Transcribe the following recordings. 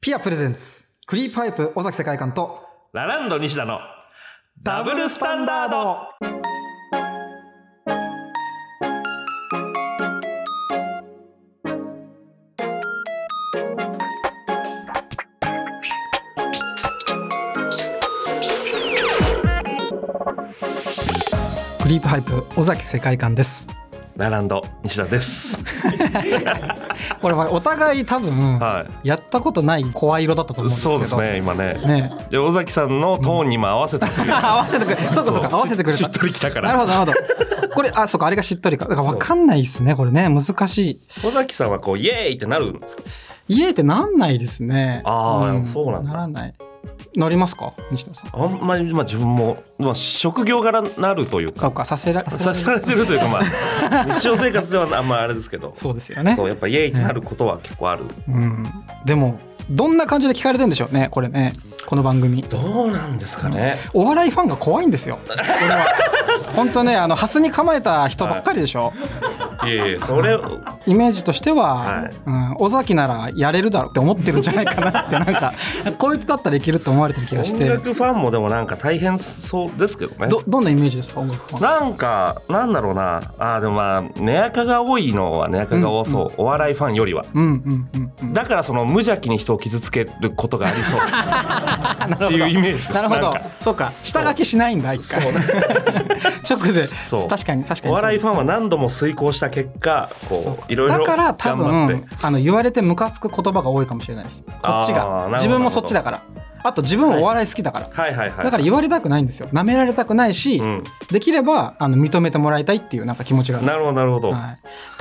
ピアプレゼンツ、クリーパイプ尾崎世界観と、ラランド西田のダブルスタンダードクリーパイプ尾崎世界観です。ラランド西田です。これはお互い多分、はやったことない声色だったと思うんい。ですけど。そうですね、今ね。ねで、尾崎さんのトーンにも合わせたという。合わせてくれ、 そうかそうか、合わせてくれしたっ。とりきたかなるら。ほど、なるほど。これ、あ、そうか、あれがしっとりか。だから分かんないですね、これね。難し尾崎さんはこう、イエーイってなるんですかい。家ってなんないですね。あーそうなんだならない。なりますか西野さん。あんまり、まあ自分も、まあ職業柄なるというそかう、か、させらさせられてるというか、ま あ、日常生活ではあんまあれですけど。そうですよねそ。う、やっぱイエーイってなることは結構ある。うん。でも、どんな感じで聞かれてるんでしょうね、これね。この番組。どうなんですかね。お笑いファンが怖いんですよ。 これは本当ね、あの、ハスに構えた人ばっかりでしょ。いえいえ、それ、イメージとしては、はいうん、尾崎ならやれるだろうって思ってるんじゃないかなって、なんか、 こいつだったらいけるって思われてる気がし音て。楽ファンもでもなんか大変そうですけどね。ど、どんなイメージですか、音楽ファン。なんか、なんだろうな。あーでもまあ、値垢が多いのは値垢が多そう。お笑いファンよりは。うんうんうんうん。だからその無邪気に人を傷つけることがありそう。っていうイメージで す。なるほんどか。そうか。下書きしないんだ、一回。 直で。そう確かに、確かにそうです。お笑いファンは何度も遂行した結果、こう、いろいろだから頑多張って分。あの言われてムカつく言葉が多いかもしれないですこっちがあーなるほど自分もそっちだからあと自分はお笑い好きだから、はいはいはい。だから言われたくないんですよなめられたくないし、うんできればあの認めてもらいたいっていうなんか気持ちがあるんでなするほどなるほど。はい、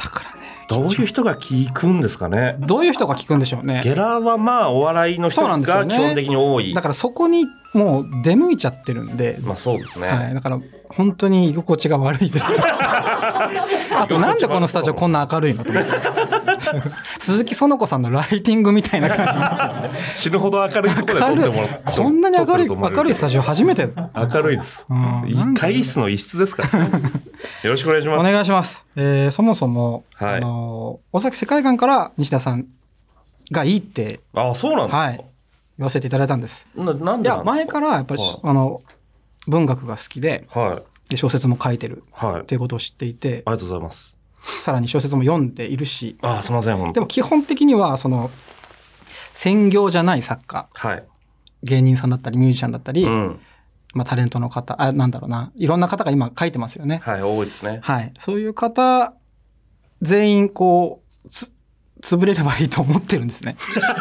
だからねどういう人が聞くんですかね。どういう人が聞くんでしょうねゲラはまあ、お笑いの人そうなんですよがね基本的に多い。だからそこにもう出向いちゃってるんで、まあそうですね。はい、だから本当に居心地が悪い ですあとなんでこのスタジオこんな明るいのと思って鈴木園子さんのライティングみたいな感じ死ぬほど明るいところで撮明っるていもらこんなに明るい撮ってもらえる明るいスタジオ初めて明るいですうん。いなんか会議室の一室ですか ら。よろしくお願いしおます。願いします、えーそもそも、はいあの尾崎世界観から西田さんがいいってあそうなんですか。はい言わせていただいたんですななんいでやなんですか前からやっぱり、はいあの文学が好きではい。で小説も書いてるはい。あっりていうことを知っていてがとうございます。さらに小説も読んでいるしあすみません、本で当も基本的にはその専業じゃない作家はい。芸人さんだったりミュージシャンだったり、うん。まあ、タレントの方あなんだろうないろんな方が今書いてますよねはい、多いですね。はい。そういう方、全員こう、つ、潰れればいいと思ってるんです ね。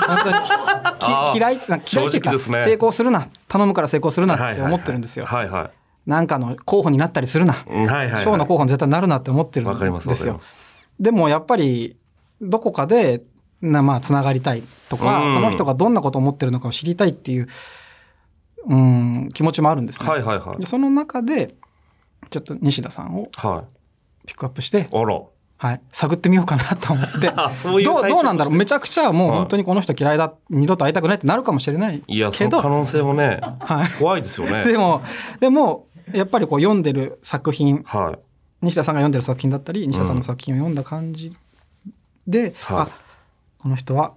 本当にあきー嫌い、なんか嫌いっていうか、正直ですね成功するな、頼むから成功するなはっいて思ってるんですよ。はいはい。なんかの候補になったりするな。うんはいはいはい。賞の候補に絶対なるなって思ってるわかります、んわでかすりよま。す。でもやっぱり、どこかで、な、まあ、つながりたいとか、うんその人がどんなことを思ってるのかを知りたいっていう、うん、気持ちもあるんですね。はいはいはいで。その中で、ちょっと西田さんをはい。ピックアップして、あら。はい、探ってみようかなと思ってあ そういうどう対処どうなんだろうめちゃくちゃもうはい本当にこの人嫌いだ、二度と会いたくないってなるかもしれないいや、そけの可ど能性もね、怖いですよ ね。でもでもやっぱりこう読んでる作品はい。西田さんが読んでる作品だったり西田さんの作品を読んだ感じで、はいあこの人は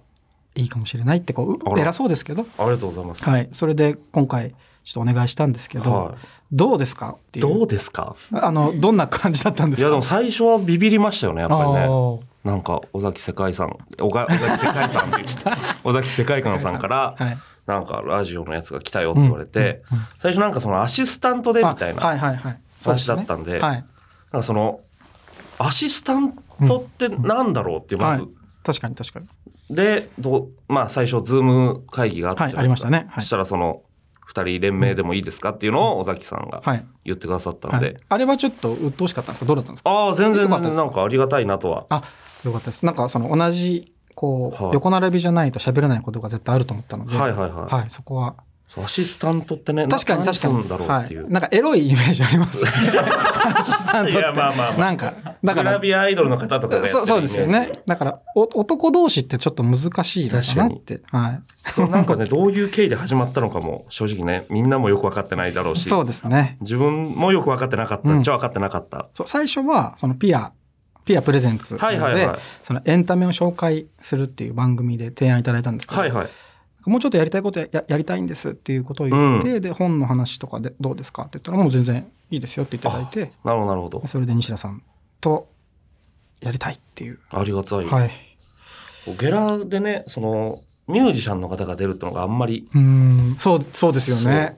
いいかもしれないってこうあうら偉そうですけど、ありがとうございます。はい、それで今回ちょっとお願いしたんですけど、はどうですかってい。いうどうですかあのどんな感じだったんでいすかや、でも最初はビビりましたよね、やっぱりあね。ーなんか尾崎世界さん尾が尾崎世界さんって言っちゃ った尾崎世界観さんから、はいなんかラジオのやつが来たよって言われて、最初なんかそのアシスタントでみたいな,、あはいはいはいそうすね話だったんではいなんかそのアシスタントってなんだろうっていうまはず、い、確かに確かにでどう、まあ、最初ズーム会議があったじゃないですか、はいありましたねはいそしたらその2人連名でもいいですかっていうのを尾崎さんがはい言ってくださったはのいで、あれはちょっと鬱陶しかったんですかどうだったんですかああ全然よかっ全たで然すなんかありがたいなとはあよかったですなんかその同じこう、はい横並びじゃないと喋れないことが絶対あると思ったので、はいはいはい、はいそこはそうアシスタントってね確かにな確かに何するんだろうっていう、はい、なんかエロいイメージありますアシスタントっていやまあまあまあなんかだかグラらビアアイドルの方とかがやってるそうそうですよイメーねジ。だからお男同士ってちょっと難しいのかなって、はそうなんかね、どういう経緯で始まったのか も、正直ね、みんなもよく分かってないだろうい、し、そうですね自分もよく分かってなかったうんんじゃ分かってなかった。そう最初はそのピアピアプレゼンツなので、はいはいはいそのエンタメを紹介するっていう番組で提案いただいたんですけど、はいはい。もうちょっとやりたいことやややりたいんですっていうことを言って、で本の話とかでどうですかって言ったらもう全然いいですよって言っていただいてなるほどなるほどそれで西田さんとやりたいっていう、ありがたい、はい、ゲラでねそのミュージシャンの方が出るってのがあんまりうんそうそうですよね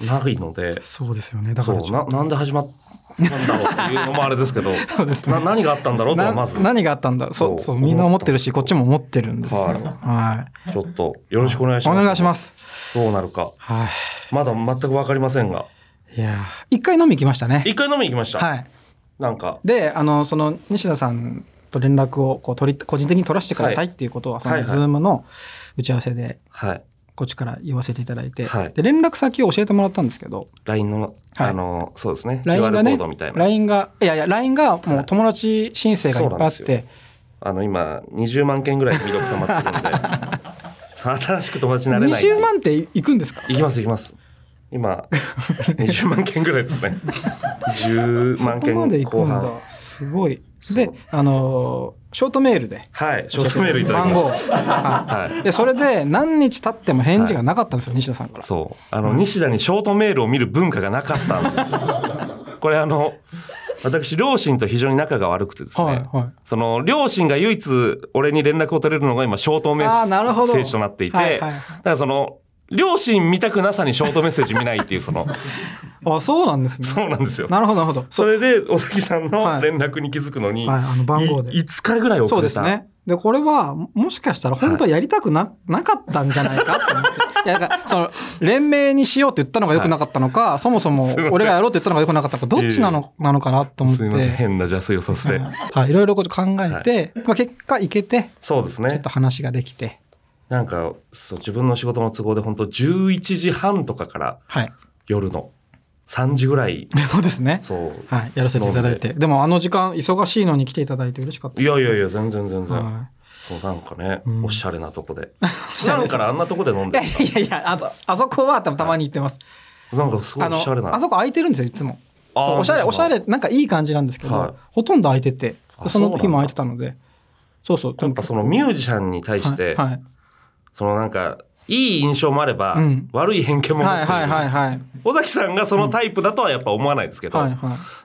ないのでそうですよねだかそらちょっうとななんで始まったんだろうっていうのもあれですけ どそうですねな何があったんだろうとはなまず何があったんだろうそうそそううみんな思ってるしこっちも思ってるんですよははいい、ちょっとよろしくお願いしおます。願いしますどうなるかはまだ全くわかりませんがいいやー一回飲み行きましたね一回飲みに行きました。はいなんかであのその西田さんと連絡をこう取り個人的に取らせてくださいっていうことは、そはのいはいズームの打ち合わせではいこっちから言わせていただいて、はいで連絡先を教えてもらったんですけど LINE の、はいあのそうですね LINE が QR コーねドみたいな LINE がいやいや LINE がもう友達申請がいっぱいあっそうなんて、あの今20万件ぐらい未読溜まってるん でさあ新しく友達になれないんで20万っていくんですか行きます行きます今20万件ぐらいで すね10そ万こ件までいく後ん半だすごいそうであのーショートメールではいショートメールいただきま番号しはたはいいでそれで何日経っても返事がなかったんですよ、西田さんからそうあの、西田にショートメールを見る文化がなかった んですよこれあの私両親と非常に仲が悪くてですね、はいはいその両親が唯一俺に連絡を取れるのが今ショートメあーなるほッどセージとなっていて、はいはいはいだからその両親見たくなさにショートメッセージ見ないっていう そのあそうなんですねそうなんですよなるほどなるほどそれで尾崎さんのはい連絡に気づくのに、はいあの番号でい5日ぐらい遅れたそうですね。で、これは、ももしかしたら本当はやりたくな、なかったんじゃないかって思 って。いや、だから、その、連名にしようって言ったのが良くなかったの か、そもそもすいません俺がやろうって言ったのが良くなかったのか、どっちなの、なのかなと思っすみませんて。変な邪推をさせて、はい、いろいろこう考えて、まあ結果いけて、そうですちょっねと話ができて、なんかそう自分の仕事の都合で本当11時半とかから はい。夜の3時ぐらいそうですね。そうはい、やらせていただいて。でもあの時間、忙しいのに来ていただいて嬉しかったいやいやいや全然全然、はそうなんかね、んおしゃれなとこで しゃなれんですからあんなとこで飲んい。いでやるいやいや、あそあそこはたたまに行ってます。なんかすごいあおのしゃれなあそこ空いてるんですよいつもあーそうおしゃれそうおそしゃうれなんかいい感じなんですけど、はいほとんど空いててあその日も空そうなんだいてたのでそうそうやっぱそのミュージシャンに対して、はいはいそのなんかいい印象もあれば、うん悪い偏見も持っはているはいはいはい尾崎さんがそのタイプだとはやっぱ思わないですけど、はいはい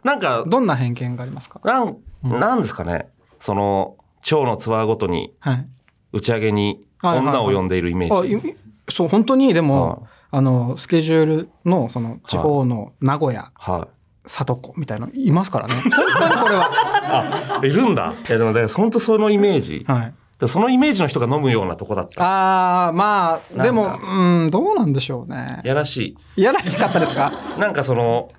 なんかどんな偏見がありますかなんなんですかねその蝶のツアーごとにはい打ち上げにはいはいはい女を呼んでいるイメージ、あいそう本当にでも、はあのスケジュールのその地方の名古屋はい里子みたいなのいますからね本当にこれはいるんだ。いやでもね、本当そのイメージ。はいでそのイメージの人が飲むようなとこだった。ああまあでなもんうんどうなんでしょうねやらしいやらしかったですかい。なんかその、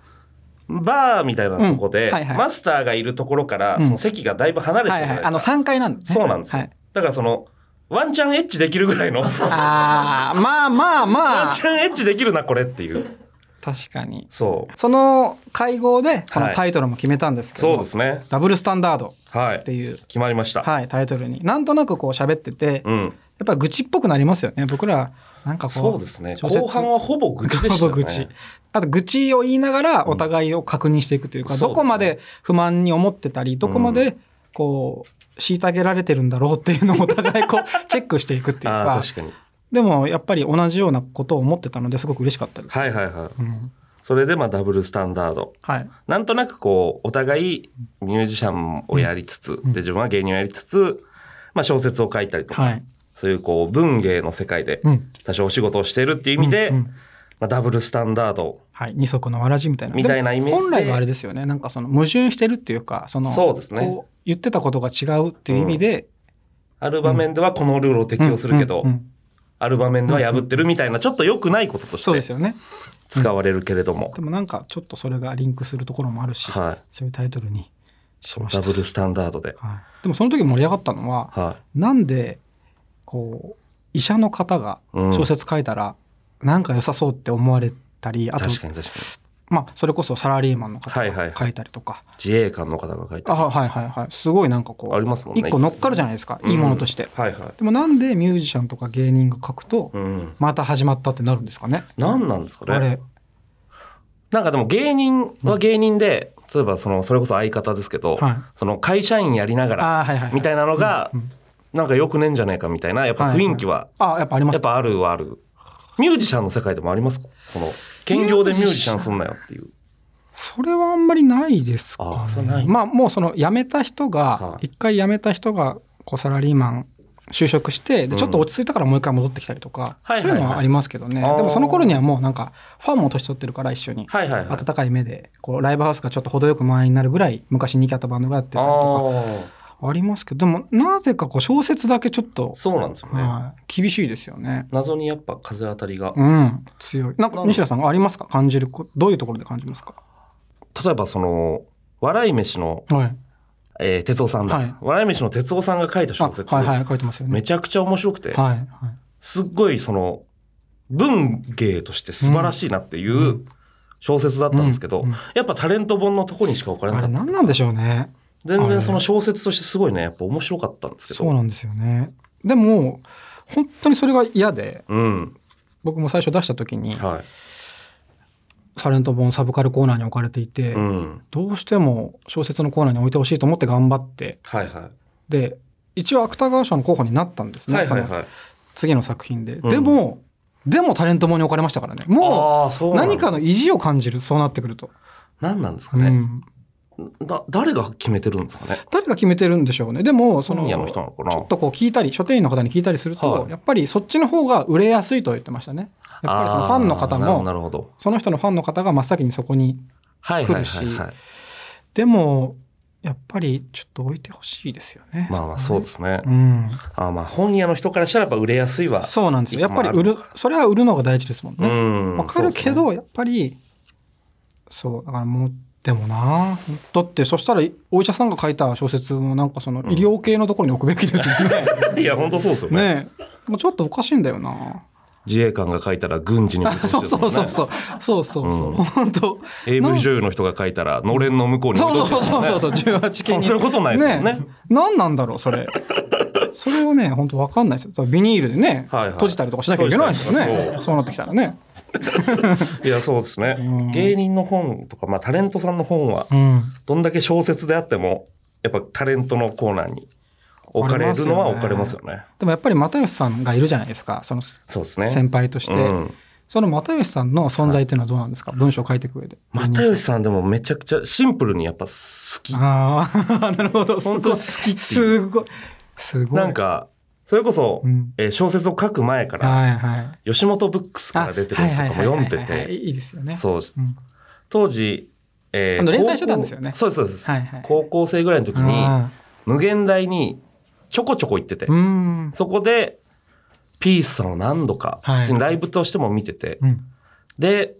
バーみたいなとこで、うんはいはいマスターがいるところから、んその席がだいぶ離れてはるいじゃはないいですか。あの3階なんで、ね、そうなんですよ。はいだからその、ワンチャンエッチできるぐらいの、ワンああ、まあまあまあ。チャンエッチできるな、これっていう。確かに。そう。その会合で、こはのいタイトルも決めたんですけど、そうですね。ダブルスタンダードはってい。いう、決まりました。はい、タイトルに、なんとなくこう喋ってて、うやっん。ぱ愚痴っぽくなりますよね。僕ら、なんかこう。そうですね。直接後半はほぼ愚痴でした ほぼね。愚痴。あと愚痴を言いながらお互いを確認していくというか、どこまで不満に思ってたり、どこまでこう、虐げられてるんだろうっていうのをお 互いこう、チェックしていくっていうああ、か、確かに。でもやっぱり同じようなことを思ってたのですごく嬉しかったです。はいはいはい。うんそれでまあダブルスタンダード。はい。なんとなくこう、お互いミュージシャンをやりつつ、で、自分は芸人をやりつつ、まあ小説を書いたりとか、はい。そういうこう、文芸の世界でうん、多少お仕事をしているっていう意味で、うんうんまあ、ダブルスタンダード。はい、二足のわらじみたいな。みたいなイメージででも本来はあれですよね。なんかその矛盾してるっていうか、その、そうですねこう言ってたことが違うっていう意味で、ある場面ではこのルールを適用するけど、うんうんうんある場面では破ってるみたいな、ちょっと良くないこととしそうですてよね。使われるけれどもで、もなんかちょっとそれがリンクするところもあるし、はいそういうタイトルにしましダた。ブルスタンダードで。はい、でもその時盛り上がったのは、はなんで、こう、医者の方がうん小説書いたら、なんか良さそうって思われたり、あい。と、確かに確かに。まあ、それこそサラリーマンの方はいはいが書いたりとか、自衛官の方が書いてああはいはいはい、すごいなんかこう、りますもんね。一個乗っかるじゃないですか、いいものとして。はいはい。でもなんでミュージシャンとか芸人が書くとう、ん。また始まったってなるんですかね。何なんですかね。あれ。なんかでも芸人は芸人で、例えばそのそれこそ相方ですけど、はいその会社員やりながらあーはいはいはいみたいなのが、なんかよくねえんじゃねえかみたいな、やっぱ雰囲気は、あ、やっぱありますやっ。ぱあるはある。ミュージシャンの世界でもありますかその、兼業でミュージシャンすんなよっていう。それはあんまりないですか、ね。あそれないまあ、もうその辞めた人はが、い一回辞めた人が、こうサラリーマン、就職して、で、ちょっと落ち着いたからもう一回戻ってきたりとか、はいはいはいそういうのはありますけどね。あーでもその頃にはもうなんか、ファンも年取ってるから一緒に、はいはいはい。温かい目で、こう、ライブハウスがちょっと程よく満員になるぐらい、昔人気あったバンドがやってたりとあか、ありますけど、でも、なぜかこう、小説だけちょっとあ、、そうなんですよね。はい、厳しいですよね。謎にやっぱ風当たりが、うん、強い。なんかなんだ西田さんがありますか感じるこどういうところで感じますか例えばその、笑い飯の、はい。えー、哲夫さんだ、はい笑い飯の哲夫さんが書いたあ、小説、はいはい、書いてますよね。めちゃくちゃ面白くて、はい、はい。すっごいその、文芸として素晴らしいなっていう小説だったんですけうど、んうんやっぱタレント本のとこにしか置かれなあかれった。何なんでしょうね。全あれ然その小説としてすごいね、やっぱ面白かったんですけそうど。なんですよね。でも、本当にそれが嫌で、うん。僕も最初出した時に、はい。サレント本サブカルコーナーに置かれていて、うん。どうしても小説のコーナーに置いてほしいと思って頑張って、はいはで、一応芥川賞の候補になったんですい。ね。はいはいそのはい。次の作品で。んでも、でもタレント本に置かれましたからね。も、ああ、そううなんだ何かの意地を感じる、そうなってくると。何なんですかうね、んだ誰が決めてるんですかね誰が決めてるんでしょうね。でも、その、本屋の人なのかなちょっとこう聞いたり、書店員の方に聞いたりすると、はいやっぱりそっちの方が売れやすいとは言ってましたね。やっぱりそのファンの方あーなも、るほど。その人のファンの方が真っ先にそこに。はいはいはい、来はい。でも、やっぱりちょっと置いてほしいですよね。。まあまあそうですすね。うん。あーまあ本屋の人からしたらやっぱ売れやすいわ。そうなんですよ。やっぱり売いるくらあるの、それは売るのが大事ですもんうね。ん。わかるけそうど、やっぱり、そう、だからもう、でもなだって、そしたら、お医者さんが書いた小説も、なんかその、医療系のところに置くべきですよね。ですね。いや本当そうですよ ねねえ。もうちょっとおかしいんだよな。自衛官が書いたら軍事に服そ属うして そるもうんねそうそう。そうそうそう。本当。 AV 女優の人が書いたらのれんの向こうに置いそとういてそるうもんそうねそうそう。18件に。 そんなことないですよねえ何なんだろう、それ。それをね、本当わかんないですよそう。ビニールでね、はいはい閉じたりとかしなきゃいけないですよ閉じたりねと。かそうなってきたらね。いやそうですね。芸人の本とかまあタレントさんの本はうん。どんだけ小説であってもやっぱタレントのコーナーに置かれるのは置かれますよね。でもやっぱり又吉さんがいるじゃないですか。そのそうですね。先輩として。うんその又吉さんの存在っていうのはどうなんですか、文章を書いていく上で。又吉さんでもめちゃくちゃシンプルにやっぱ好き。ああ、 なるほど。すごい本当に好きっていうすごい。すごい。なん、か、それこそ、うんえー小説を書く前から、はいはい。吉本ブックスから出てるやつとかも読んではいはいはいはいて、いいですよね。そう、うん当時、えあの連載して高校たんですよねそうです、そうです、はいはい高校生ぐらいの時に、あ無限大にちょこちょこ行ってて、ーうん。そこで、ピースさんを何度か、はい普通にライブとしても見てて、うん。で、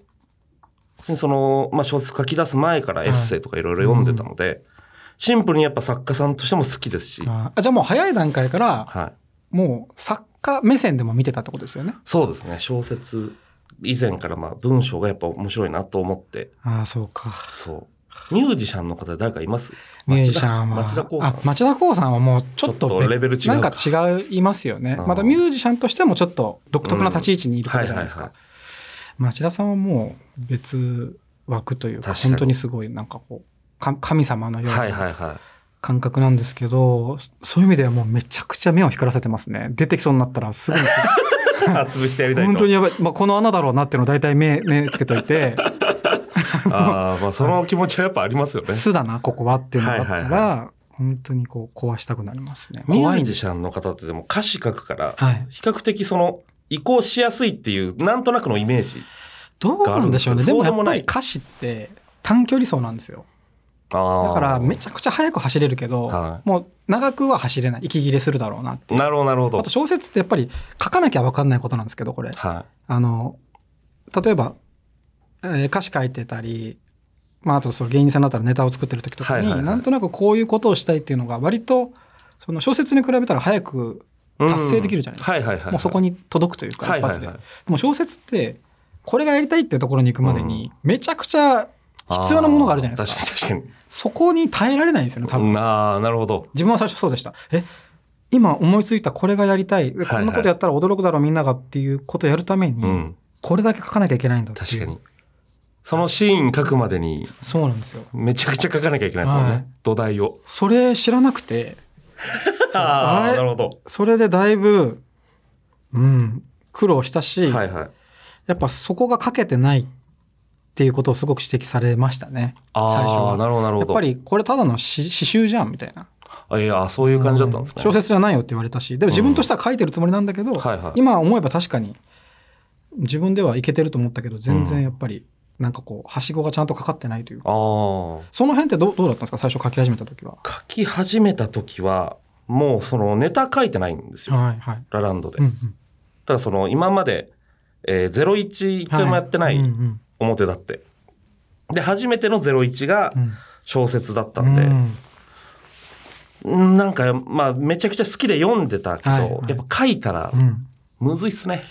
普通にその、まあ、小説書き出す前からエッセイとかいろいろ読んでたので、シンプルにやっぱ作家さんとしても好きですし、あーじゃあもう早い段階から、はい。もう作家目線でも見てたってことですよね。そうですね小説以前からまあ文章がやっぱ面白いなと思ってああ、そうか。そうミュージシャンの方で誰かいますミュージシャンは。町田光さんあ、町田光さんはもうちょっとちょっとレベル違うかなんか違いますよね。うんまたミュージシャンとしてもちょっと独特な立ち位置にいる方じゃないですうんかはい。町田さんはもう別枠というか、確かに本当にすごいなんかこう、か神様のようはいなはいは感覚なんですけど、そういう意味ではもうめちゃくちゃ目を光らせてますね。出てきそうになったら すぐにいはい潰してやりたいと本当にやばい、まあ、この穴だろうなっていうのを大体 目目つけといてあーまあその気持ちはやっぱありますよね巣だなここはっていうのがあったら、はいは本当にこう壊したくなりますねミュ怖いーんでジすシャンの方ってでも歌詞書くからはい比較的その移行しやすいっていうなんとなくのイメージどうなんでしょうねでそうもでやもっなぱいり歌詞って短距離走なんですよだだからめちゃくちゃ速く走れるけど、はもう長くは走れない息切れするだろうなっていうなるほどなるほどあと小説ってやっぱり書かなきゃ分かんないことなんですけどこれはあの例えば、えー歌詞書いてたり、まあ、あとその芸人さんだったらネタを作ってる時とかに、はいはいはいなんとなくこういうことをしたいっていうのが割とその小説に比べたら早くいうん達成できるじゃないですか、はいはいはいはいもうそこに届くというかはい一はい発で、はいでも小説ってこれがやりたいっていうところに行くまでにめちゃくちゃ必要なものがあるじゃないですかあー確かに確そこに耐えられないんですよね多か分にああなるほど自分は最初そうでしたえ今思いついたこれがやりたいでこんなことやったら驚くだろうみんながっていうことをやるために、うんこれだけ書かなきゃいけないんだって確いうかに。そのシーン書くまでにそうなんですよ。めちゃくちゃ書かなきゃいけないですもんね。はい土台を。それ知らなくて、あああ、れなるほど。それでだいぶ、うん、苦労したし、はいはい。やっぱそこが書けてないっていうことをすごく指摘されましたね。最初ああ、は。なるほど、なるやほっど。ぱりこれただの詩詩集じゃんみたいな。あ、いや、そういう感じだったんですね。小説じゃないよって言われたし、でも自分としては書いてるつもりなんだけど、はいはい今思えば確かに自分ではいけてると思ったけど、全然やっぱりなんかこう、はしごがちゃんとかかってないというか。ああ。その辺ってどうどうだったんですか最初書き始めた時は。書き始めた時は、もうそのネタ書いてないんですよ。はいはい。ラランドで。うんうんただその今まで、えー、01一回もやってない、うんうん表だって。で、初めての01がうん小説だったんで、うんうんなんか、まあ、めちゃくちゃ好きで読んでたけど、はいはいやっぱ書いたらうんむずいっすね。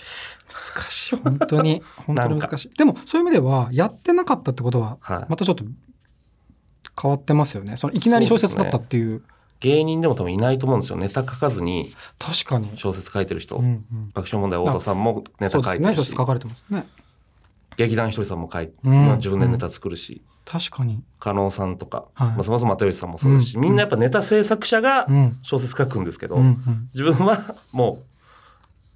難しい本当 に本当になんか難しいでもそういう意味ではやってなかったってことははいまたちょっと変わってますよねそのいきなり小説だったっていう芸人でも多分いないと思うんですよ。ネタ書かずに確かに、小説書いてる人。うんうん、爆笑問題太田さんもネそタうで書すねいてる小し、説書かれてますね劇団ひとりさんも書いて、うんまあ自分でネタ作るし、確かに、加納さんとか、はいまあ、そもそも又吉さんもそうですし、うんみんなやっぱネタ制作者がうん小説書くんですけど、うんうん、自分はもう、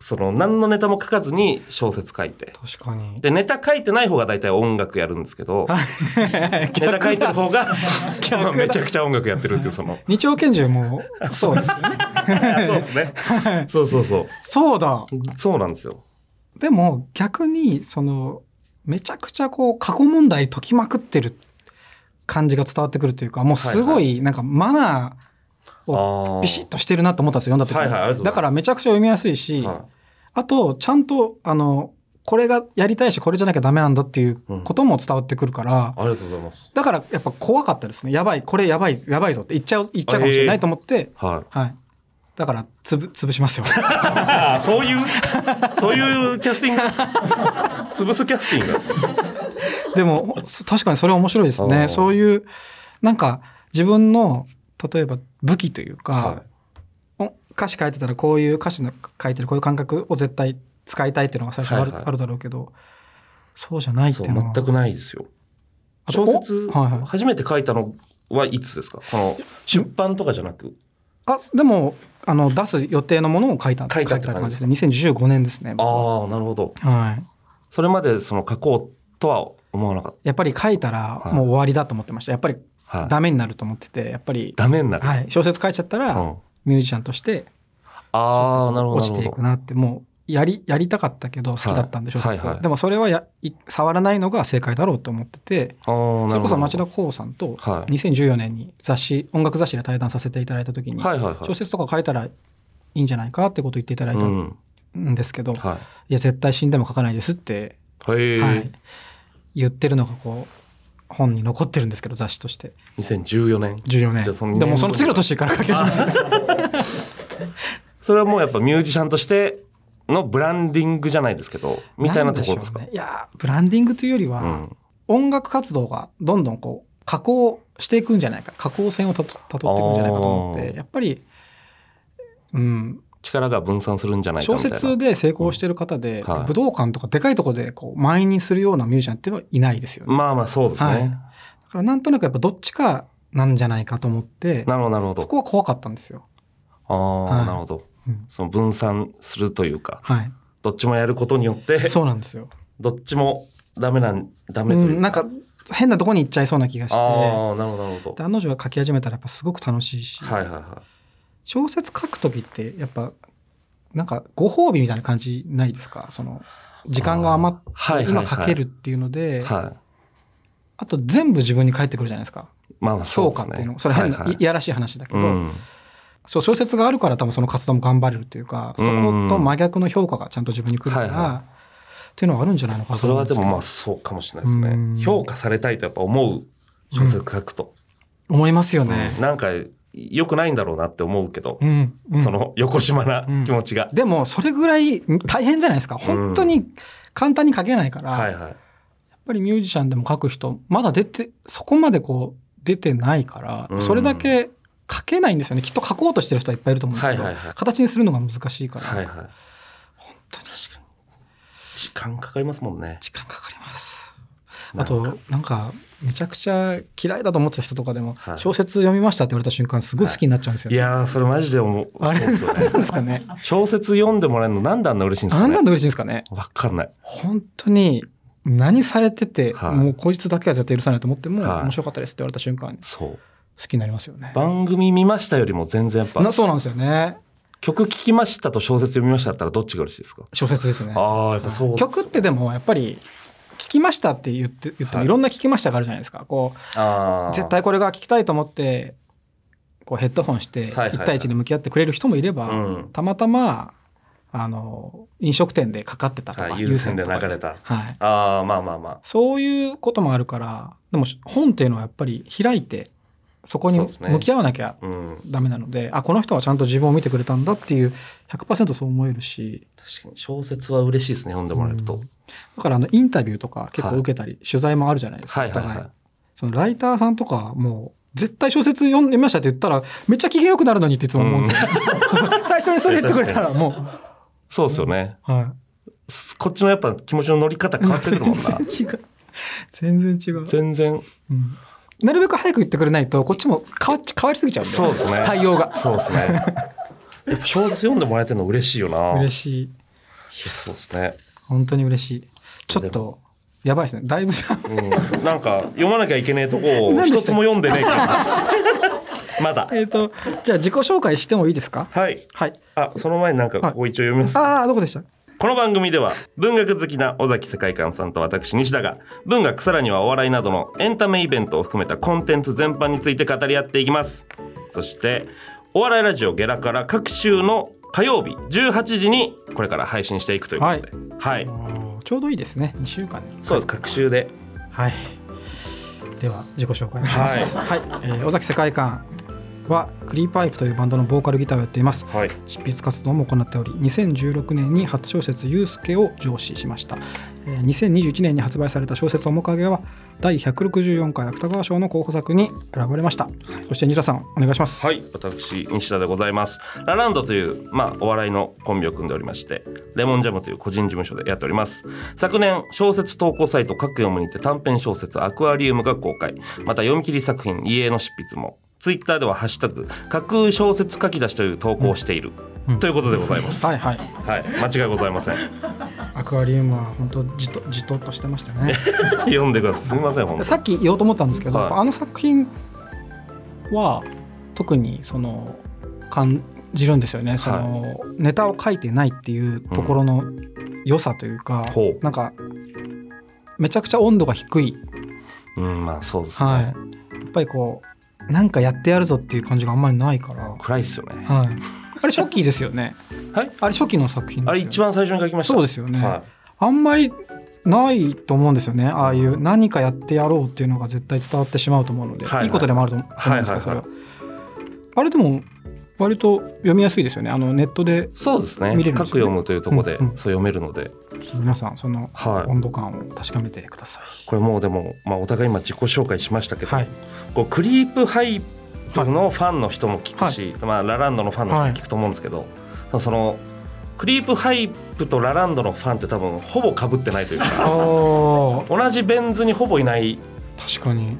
その何のネタも書かずに小説書いて、確かにで、ネタ書いてない方が大体音楽やるんですけ ど、ネネタ書いてる方が、逆だまあめちゃくちゃ音楽やってるっていう、そ の。二丁拳銃も そうですよねそうですね。そうそうそそうだう。そうなんですよ。でも逆にそのめちゃくちゃこう過去問題解きまくってる感じが伝わってくるというかもうすごはいなんかマナーをああ。ビシッとしてるなと思ったんですよ読んだ時に、はいはいありがとうございますだからめちゃくちゃ読みやすいし、はあとちゃんとあのこれがやりたいしこれじゃなきゃダメなんだっていうことも伝わってくるから、いありがとうございます。だからやっぱ怖かったですねやばいこれやばいやばいぞって言っちゃう言っちゃうかもしれなあえいえと思って、はい。はいだからつぶ潰しますよああ、そういう、そういうキャスティングです か潰すキャスティング。でもそ確かにそれは面白いですあねーそういうなんか自分の例えば武器というか、はお歌詞書いてたらこういう歌詞の書いてるこういう感覚を絶対使いたいっていうのが最初ある,、はいはいあるだろうけどそうじゃないっい。てそう、いうのは全くないですよ。あと小説、おはいはい初めて書いたのはいつですかその、出版とかじゃなく。あでもあの出す予定のものを書いた書いたって感じ書いたって感ですね2015年ですね僕はああ、なるほど。はいそれまでその書こうとは思わなかっやっぱり書いたらはいもう終わりだと思ってましたやっぱりた。はい。ダメになると思っててやっぱり、ダメになる。はい、小説書いちゃったうらんミュージシャンとしてああ、なるほど。落ちていくなってもうやりやりたかったけど好きだったんではい小説は、はいはいでもそれはやい触らないのが正解だろうと思っててああ、そなれこるほど。そ町田光さんとはい。 2014年に雑誌音楽雑誌で対談させていただいた時にはいはいはい。小説とか書いたらいいんじゃないかってことを言っていただいたうん。んですけど、いはい。や絶対死んでも書かないですって、へえ、はい、言ってるのがこう本に残ってるんですけど雑誌として2014年。 14じゃあそ年の二年でも後その次の年から書き始めたんですそれはもうやっぱミュージシャンとしてのブランディングじゃないですけど、 みたいなところですか。なんしょうねいやーブランディングというよりは、うん。音楽活動がどんどんこう加工していくんじゃないか加工線をたどたどっていくんじゃないかと思っあてーやっぱり、うん、力が分散するんじゃないか小みたいな。説で成功してる方で、うんはい武道館とかでかいとこでこう満員にするようなミュージシャンっていうのはいないですよね。まあまあそうですね。はいだからなんとなくやっぱどっちかなんじゃないかと思って、なるほど、なるほそど。こは怖かったんですよ。ああ、はいなるほどうん。その分散するというか、はい。どっちもやることによって、そうなんですよ。どっちもダメなん、ダう、メというんなんか変なとこに行っちゃいそうな気がして、ああ、なるほど、なるほで案の定書き始めたらやっぱすごく楽しいし、ど。はいはいは小説書く時ってやっぱなんかご褒美みたいな感じないですかその時間が余って、あーはいはいはい今書けるっていうので、い。はい。あと全部自分に返ってくるじゃないですかまあまあそ評うです価ね。っていうのそれ変な、はいいはいいやらしい話だけうど、ん。そう小説があるから多分その活動も頑張れるというかそこと真逆の評価がちゃんと自分に来るから、はいはいっていうのはあるんじゃないのかなそれはでもまあとそうかもしれないですね。うん評価されたいとやっぱ思う小説書くと。思いますよね。なんか良くないんだろうなって思うけどう、んうんその横島な気持ちが。でもそれぐらい大変じゃないですか本当に簡単に書けないから、はやいはい。っぱりミュージシャンでも書く人まだ出てそこまでこう出てないから、うんそれだけ書けないんですよねきっと書こうとしてる人はいっぱいいると思うんですけど、はいはいはい形にするのが難しいから、はいはい。本当に確かに。時間かかりますもんね。時間かかります。あと、なんか、めちゃくちゃ嫌いだと思ってた人とかでも、はい小説読みましたって言われた瞬間、すごい好きになっちゃうんですよいね。やー、それマジで思う。あれ、 そうですよねなんですかね。小説読んでもらえるのなんであんな嬉しいんですあかんねなんで嬉しいんですかね。わかんない。本当に、何されてて、はいもうこいつだけは絶対許さないと思っても、はい面白かったですって言われた瞬間、そう。好きになりますよね。番組見ましたよりも全然やっぱな、そうなんですよね。曲聴きましたと小説読みましただったらどっちが嬉しいですか小説ですね。ああ、やっぱそう曲ってでもやっぱり聞きましたって言って言ってもはいいろんな聞きましたがあるじゃないですか。こあうー絶対これが聞きたいと思ってこうヘッドホンしてはいはい1対1で向き合ってくれる人もいれば、うんたまたまあの飲食店でかかってたとか、はい、優先でとか流れた。はい、ああ、まあまあまあ。そういうこともあるからでも本っていうのはやっぱり開いてそこにそうですね向き合わなきゃうん。ダメなので、あこの人はちゃんと自分を見てくれたんだっていう100%そう思えるし。確かに小説は嬉しいですね、読んでもらえると。うんだからあのインタビューとか結構受けたり、取材もあるじゃないですか。はいはいおは互い。そのライターさんとかもう絶対小説読んでみましたって言ったらめっちゃ機嫌良くなるのにっていつも思うんですよ。 最初にそれ言ってくれたらもう。そうですよね。はすこっちのやっぱ気持ちの乗り方い、変わってくるもん な。全然違う。全然違う、全然。うんなるべく早く言ってくれないとこっちも変わっち変わりすぎちゃうんでそうですね対応が。そうですね。やっぱ小説読んでもらえてるの嬉しいよな。嬉しいしい。や。そうですね。本当に嬉しい。ちょっでとやばいですね。だいぶ さうん。なんか読まなきゃいけねえとこを何で一しつたも読んでねえから。まだ。えっとじゃあ自己紹介してもいいですかはい。はい。あ、その前になんかここ一応読みます。ああどこでしたこの番組では文学好きな尾崎世界観さんと私西田が文学さらにはお笑いなどのエンタメイベントを含めたコンテンツ全般について語り合っていきますそしてお笑いラジオゲラから各週の火曜日18時にこれから配信していくということではい、ちょうどいいですね。2週間に。そうです各週ではい。では自己紹介します。はい。えー尾崎世界観はクリーパイプというバンドのボーカルギターをやっています。はい執筆活動も行っており、2016年に初小説ユースケを上司しました。えー2021年に発売された小説面影は第164回芥川賞の候補作に選ばれました。そして西田さんお願いします。はい私西田でございますラランドという、まあ、お笑いのコンビを組んでおりましてレモンジャムという個人事務所でやっております昨年小説投稿サイト各読むにて短編小説「アクアリウム」が公開また読み切り作品「家の執筆もツイッターでは「ハッシュタグ架空小説書き出し」という投稿をしている、うんということでございます、はいはい。はい、間違いございませんアクアリウムは本当じとじとっとしてましたね。読んでくださいすみません本当さっき言おうと思ったんですけど、はいやっぱあの作品は特にその感じるんですよね、そのネタを書いてないっていうところの良さというか、ほうなんかめちゃくちゃ温度が低い、うんまあそうですね、はい、やっぱりこうなんかやってやるぞっていう感じがあんまりないから、はい、暗いっすよねあれ初期ですよね はいあれ初期の作品ですよあれ一番最初に書きましたそうですよね、はあんまりないと思うんですよねああいう何かやってやろうっていうのが絶対伝わってしまうと思うので、はいはいい、いことでもあると思うんですか、はいはいはいそれはあれでも割と読みやすいですよねあのネットでい、そうですね見れるんですね各読むというところで、うんうんそう読めるので皆さんそのはい温度感を確かめてください、これもうでも、まあ、お互い今自己紹介しましたけど、はいこうクリープハイプのファンの人も聞くし、まあ、ラランドのファンの人も聞くと思うんですけど、そのクリープハイプとラランドのファンって多分ほぼかぶってな いというかあ同じベン図にほぼいない確かに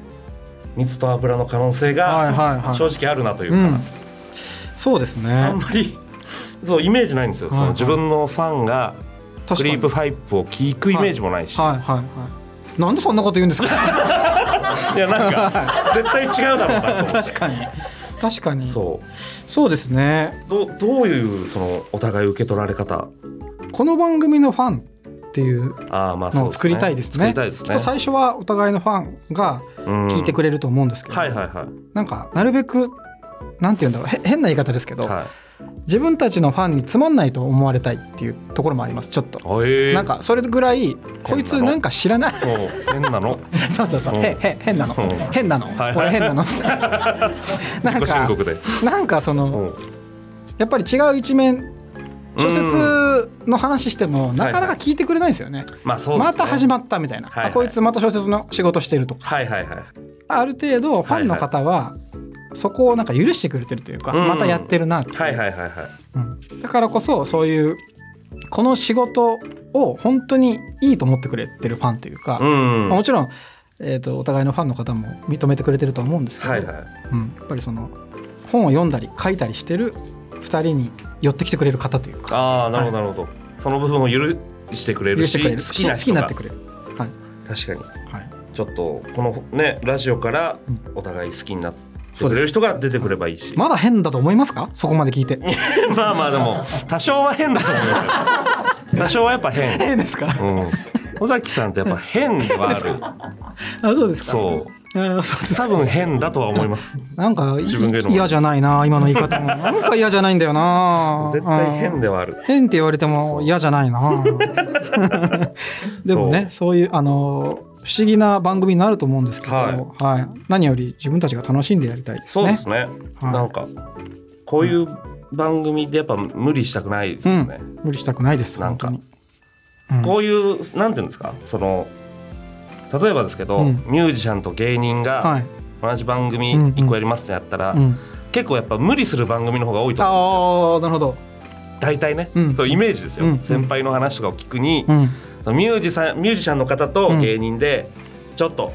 水と油の可能性はいがはいはい正直あるなといううか、ん、そうですあねんまりそうイメージないんですよ、はいそはのい自分のファンが確クかにリープハイプを聞くイメージもないし、はいはいはいなんでそんなこと言うんです かい、やなんか絶対違うだろうなと思って確かに確かにそう そうですねどうどういうそのお互い受け取られ方この番組のファンっていうああまあそうのでをすね作りたいです作ね。りたいですきっねと最初はお互いのファンが聞いてくれれると思うんですけど、はいはいはいなんかなるべくなんて言うんだろうへ変な言い方ですけど、はい自分たちのファンにつまんないと思われたいっていうところもありますちょっと。あえー、なんかそれぐらいこいつなんか知ら ないそう変なのそうそうそう、うんへへ変なの、うん変なの、はいはいこれ変 なの な自ん己申か告でなんかそのやっぱり違う一面小説の話してもなかなか聞いてくれないんですよね、うんまあそうです、ね、また始っまったみたいな、はいはいあこいつまた小説の仕事してるとかはいはいはいある程度ファンの方はそこをなんか許してくれてるというか、うんまたやってるなって、はいはいはいはいうんだからこそそういうこの仕事を本当にいいと思ってくれてるファンというか、うんまあはもちろん、えー、とお互いのファンの方も認めてくれてるとは思うんですけいど、はいうん、やっぱりその本を読んだり書いたりしてる2人に寄ってきてくれる方というかああなるほどなるほど、その部分を許してくれ許るしてしくれる好きな人が好きになってくれる、はい確かにはい、ちょっとこのねラジオからうんお互い好きになってそうくでれるす人が出てくればいいし、まだ変だと思いますかそこまで聞いて まあまあでも多少は変だと思いますよ多少はやっぱ変、変ですかうん、尾崎さんってやっぱ変ではあ あそうで るすかそうあそうです多分変だとは思いますなんかい自分が言うのも嫌じゃないな今の言い 方もなんか嫌じゃないんだよな絶対う変んではある変って言われても嫌じゃない なでもねそういうあの不思議な番組になると思うんですけど、ははいい何より自分たちが楽しんでやりたいですそうねですねはいなんかこういう番組でやっぱ無理したくないですよね、無理したくないですなん本か当に、うんこういうなんていうんですかその例えばですけど、うんミュージシャンと芸人はがい、同じ番組うんうん1個やりますってやったら、うん、結構やっぱ無理する番組の方が多いと思うんでああなるほど、すよ大体ね、うんそうイメージですよ、うん先輩の話とかを聞くに、うん、そのミュージさんミュージシャンの方とうん芸人でちょっと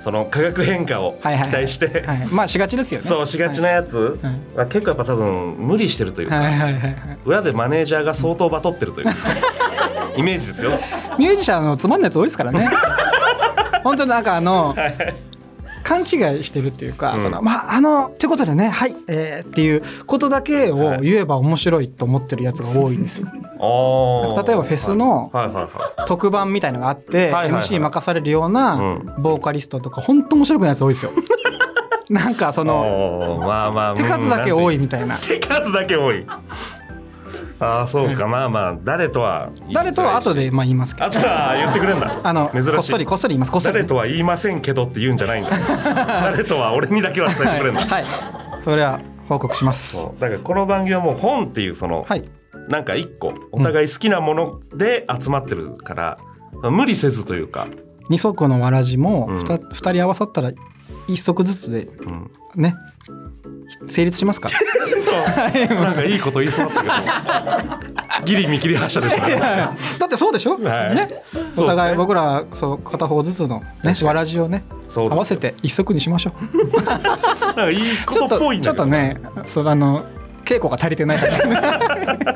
その化学変化を期はいはいはい待して、はい、まあしがちですよねそうしがちなやつはいは結構やっぱ多分無理してるというか、はいはいはいはい裏でマネージャーが相当バトってるというかイメージで すよ。ミュージシャンのつまんないやつ多いですから ね本当になんかあの勘違いしてるっていうか、うんそのまああのってことでねはいえーっていうことだけを言えば面白いと思ってるやつが多いんですよ、おー例えばフェスのはいはいはいはい特番みたいのがあって、いはいはい MC 任されるようなうボーカリストとか本当面白くないやつ多いです よなんかそのおーまあまあ手数だけ多いみたいな手数だけ多いああそうかまあまあ誰とは言いづらいし誰とは後でまあ言いますけどあとは言ってくれんだあの珍しいこっそりこっそり言いますこっそり誰ね、とは言いませんけどって言うんじ ゃないんだ誰とは俺にだけは伝えてくれんだ、はい、はい、それは報告しますそうだからこの番組はもう本っていうその、はいなんか一個お互い好きなもので集まってるから、無理せずというか、二足のわらじもうん二、二人合わさったら一足ずつでうん、ね成立します からそうなんかいいこと言いそうだったけどギリ見切り発車でしたねだってそうでしょ、はいねそうですねお互い僕らそう片方ずつの、ね、わらじをねそ合うですわせて一足にしましょうなんかいいちょこっとっぽといんちょだっけどとねそうあの稽古が足りてない感 じ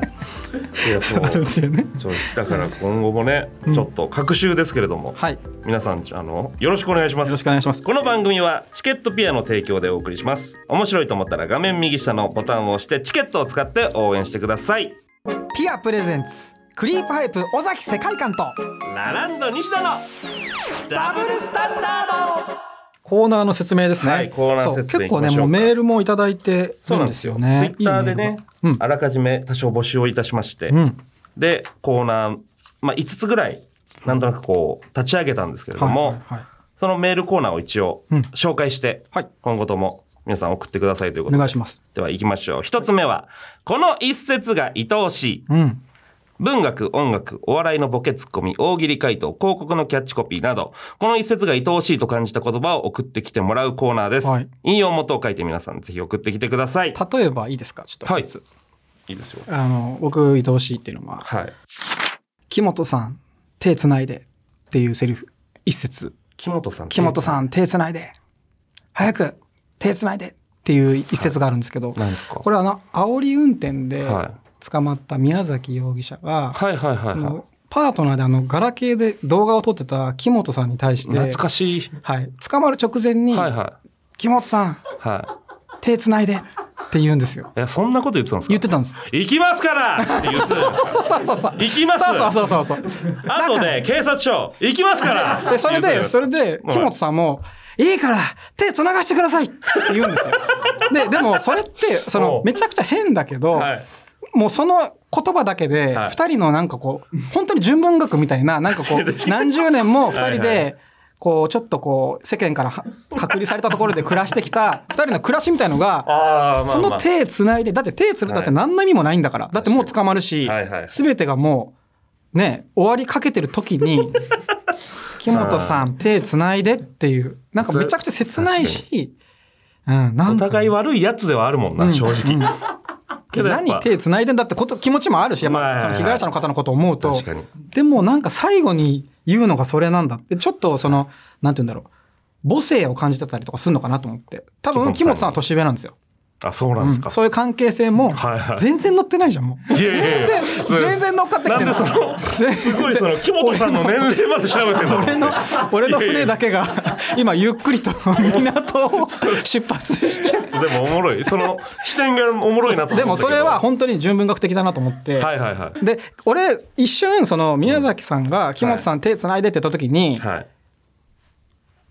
いやそうあるんですよねそうだから今後もね、うんちょっと隔週ですけれども、はいよ皆さんあのよろしくお願いしますろしくお願いしますこの番組はチケットピアの提供でお送りします面白いと思ったら画面右下のボタンを押してチケットを使って応援してくださいピアプレゼンツクリープハイプ尾崎世界観とラランド西田のダブルスタンダーコーナーの説明ですね、はいコーナー説明そう結構いねきましょもううかメールもいただいてるんですよねツイッターでいいねメールがあらかじめ多少募集をいたしまして、うん、うんでコーナー、まあ、5つぐらいなんとなくこう立ち上げたんですけれどはも、いはいはいそのメールコーナーを一応うん紹介して、はい今後とも皆さん送ってくださいというこおとで願いします。では行きましょう一つ目はこの一節が愛おしいうん。文学、音楽、お笑いのボケツッコミ、大喜利回答、広告のキャッチコピーなど、この一節が愛おしいと感じた言葉を送ってきてもらうコーナーです。はい引用元を書いて皆さんぜひ送ってきてください。例えばいいですかちょっとはい一つ、。いいですよ。あの、僕、愛おしいっていうのは、はい。木本さん、手つないでっていうセリフ、一節。木本さん。木本さん、手つないで。早く、手つないでっていう一節があるんですけど、なんですかこれはあの、煽り運転では捕まった宮崎容疑者が、はいはいはいそはのパートナーであの、ガラケーで動画を撮ってた木本さんに対しい。て、懐かしい。はい、捕まる直前に、はいは木本さん、い。はい。手つないでって言うんですよ。いや、そんなこと言ってたんですか言ってたんです。行きます からって言ってたんですそうそうそうそう。行きますそうそうそうそうそう。あとで警察署、行きますからで、それで、それで、い木本さんも、いいから、手繋がしてくださいって言うんですよ。 で、でも、それって、そおのう、めちゃくちゃ変だけど、はい。もうその言葉だけで、はい二人のなんかこう、本当に純文学みたいな、なんか こう、何十年も二人はいはで、こう、ちょっとこう、世間からは隔離されたところで暮らしてきた、二人の暮らしみたいのが、ああ、まあそまのあ。手繋いで、だって手つはる、いだって何の意味もないんだから。だってもう捕まるしはいはい、すべてがもう、ね、終わりかけてる時 に、木本さん手繋いでっていう、なんかめちゃくちゃ切ないし、うん、なおんか互い悪いやつではあるもんな、正直。けどやっぱ何手繋いでんだってこと気持ちもあるしやっまあぱその被害者の方のことを思うと確かにでもなんか最後に言うのがそれなんだってちょっとそのなんて言うんだろう母性を感じてたりとかするのかなと思って多分木木本本ささんんは年上なんですよ、あそうなうんでんすか、そういう関係性もはいはい全然乗ってないじゃんもういやいやい全や然全然乗っかってきてなんでそのすごいその木本さんの年齢まで調べてるの俺の俺の船だけが今ゆっくりと港を出発してでもおもろいその視点がおもろいなと思ったけどでもそれは本当に純文学的だなと思って、はいはいはいで俺一瞬その宮崎さんが木本さん手つないでって言った時に、はい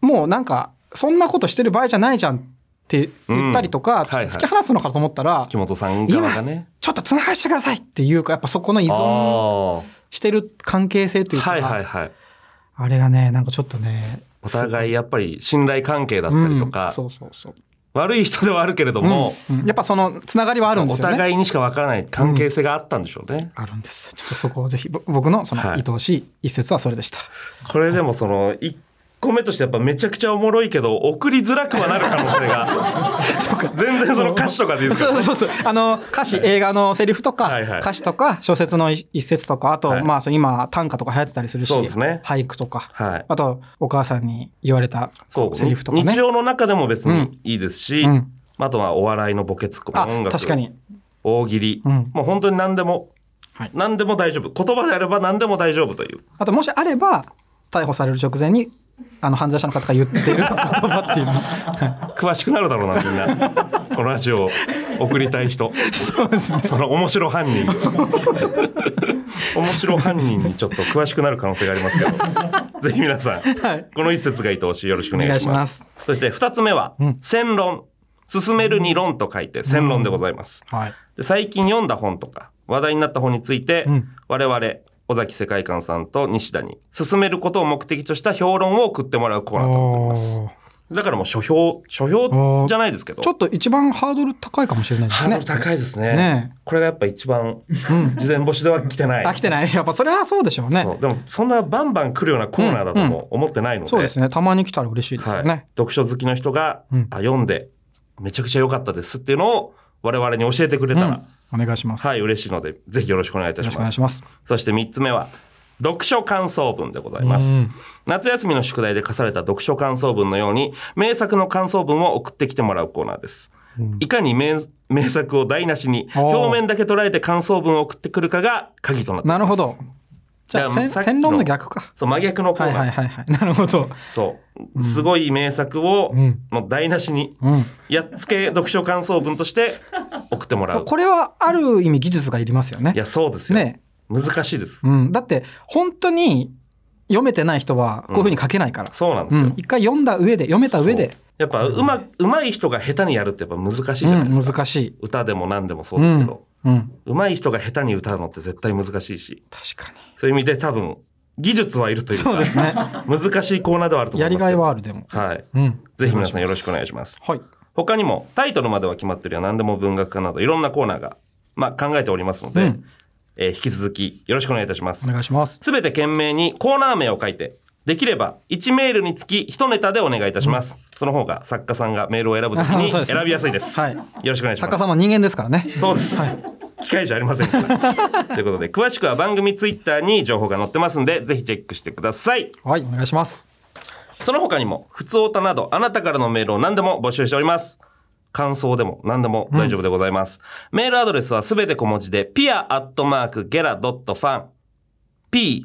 もうなんかそんなことしてる場合じゃないじゃんって言ったりとか、うんはいはい突き放すのかと思ったら、木本さん側が今ねちょっとつながしてくださいっていうかやっぱそこの依あ存あはしてる関係性といいうか、はいはいあれがねなんかちょっとねお互いやっぱり信頼関係だったりとうんか、そうそうそう、悪い人ではあるけれども、うんやっぱそのつながりはあるんでおすよね互いにしかわからない関係性があったんでしょうね、あるんですちょっとそこをぜひぼ僕のそのはい愛おしい一節はそれでした、これでもその1個目としてやっぱめちゃくちゃおもろいけど送りづらくはなる可能性が そうか全然その歌詞とかでいいですよそうそうそう。あの、歌詞、映画のセリフとか、はいはい歌詞とか、小説の一節とか、あと、はいまあ、その今、短歌とか流行ってたりするし、そうですね俳句とか、はいあと、お母さんに言われたそうセリフとかね日。常の中でも別にいいですし、うんあとはお笑いのボケツッコミあ音、楽確かに。大喜利、うんもう本当に何でも、はい何でも大丈夫言葉であれば何でも大丈夫というあと、もしあれば、逮捕される直前に、あの、犯罪者の方が言ってる言葉っていう の。詳しくなるだろうなみ んなこのラジオを送りたい人そうですね。その面白犯人面白犯人にちょっと詳しくなる可能性がありま すけどぜひ皆さん、はいこの一節が愛おしいよろしくお願いしお願まいしますすそして二つ目は「戦論」「進めるに論」と書いて「戦論」でございます、はい。で最近読んだ本とか話題になった本について、うん我々尾崎世界観さんと西田に進めることを目的とした評論を送ってもらうコーナーとなっておりますおーだからもう書評書評じゃないですけどちょっと一番ハードル高いかもしれないですハーね。ドル高いですねねこれがやっぱ一番事前募集では来て ない、飽きてない。やっぱそれはそうでしょうね。そうでもそんなバンバン来るようなコーナーだとも思ってないので,、そうですね。たまに来たら嬉しいですよはいね。、読書好きの人が、うんあ読んでめちゃくちゃ良かったですっていうのを我々に教えてくれたら、うんお願いします。はい嬉しいのでぜひよろしくお願いいたよしろましくお願すいします。そして3つ目は読書感想文でございます、うん夏休みの宿題で課された読書感想文のように名作の感想文を送ってきてもらうコーナーです、いかに名名作を台無しにおー表面だけ捉えて感想文を送ってくるかが鍵となっていまなするほど。じゃあ、いやせんさっきの戦論の逆か。そう真逆のコはーいナはーいです、はいはい。なるほど。そう、すごい名作を、うんもう台無しに、うん。やっつけ読書感想文として送ってもらうこれはある意味技術がいりますよねい。やそうですよ、ね。難しいです、うん。だって、本当に読めてない人はこういうふうに書けないから。そうなんでうすよ、ん。一回読んだ上で、読めた上でそう、やっぱうまうまい人が下手にやるってやっぱ難しいじうゃないん、ですか、難しい。歌でも何でもそううですけんど、。うん。うまい人が下手に歌うのって絶対難しいし確かに。そういう意味で多分技術はいるというかそうですね。難しいコーナーではあると 思やいりますがけいどはある、でも。はい、うん。ぜひ皆さんよろしくお願いしますはい。他にもタイトルまでは決まってるや何でも文学科などいろんなコーナーが、まあ、考えておりますので、うんえー引き続きよろしくお願いいたしまおす願いします。すべて懸命にコーナー名を書いて、できれば1メールにつき1ネタでお願いいたします。その方が作家さんがメールを 選ぶときにそうですね選びやすいです。はいよろしくお願いし作家ます。さんは人間ですからね。そうです。機械じゃありません から。ということで、詳しくは番組ツイッターに情報が載ってますんで、ぜひチェックしてください。はい、お願いします。その他にも、ふつおたなど、あなたからのメールを何でも募集しております。感想でも何でも大丈夫でございます。メールアドレスはすべて小文字で、ピアアットマークゲラドットファン。pia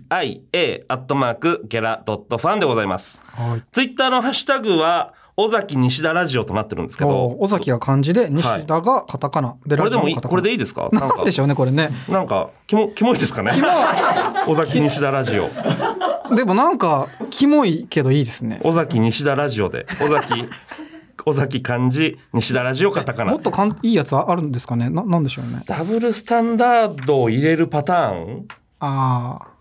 アットマークゲラドットファンでございます。はい。ツイッターのハッシュタグは、尾崎西田ラジオとなってるんですけど、お尾崎が漢字で、西田がカタカナ。で、これでもラジいオい、カタカナこれでいいですかななんかんで、しょうね、これね。なんか、キモ、キモいですかね尾崎西田ラジオ。でもなんか、キモいけどいいですね。尾崎西田ラジオで、尾崎、尾崎漢字、西田ラジオカタカナ。もっとかんいいやつあるんですかねななんでしょうね。ダブルスタンダードを入れるパターンあー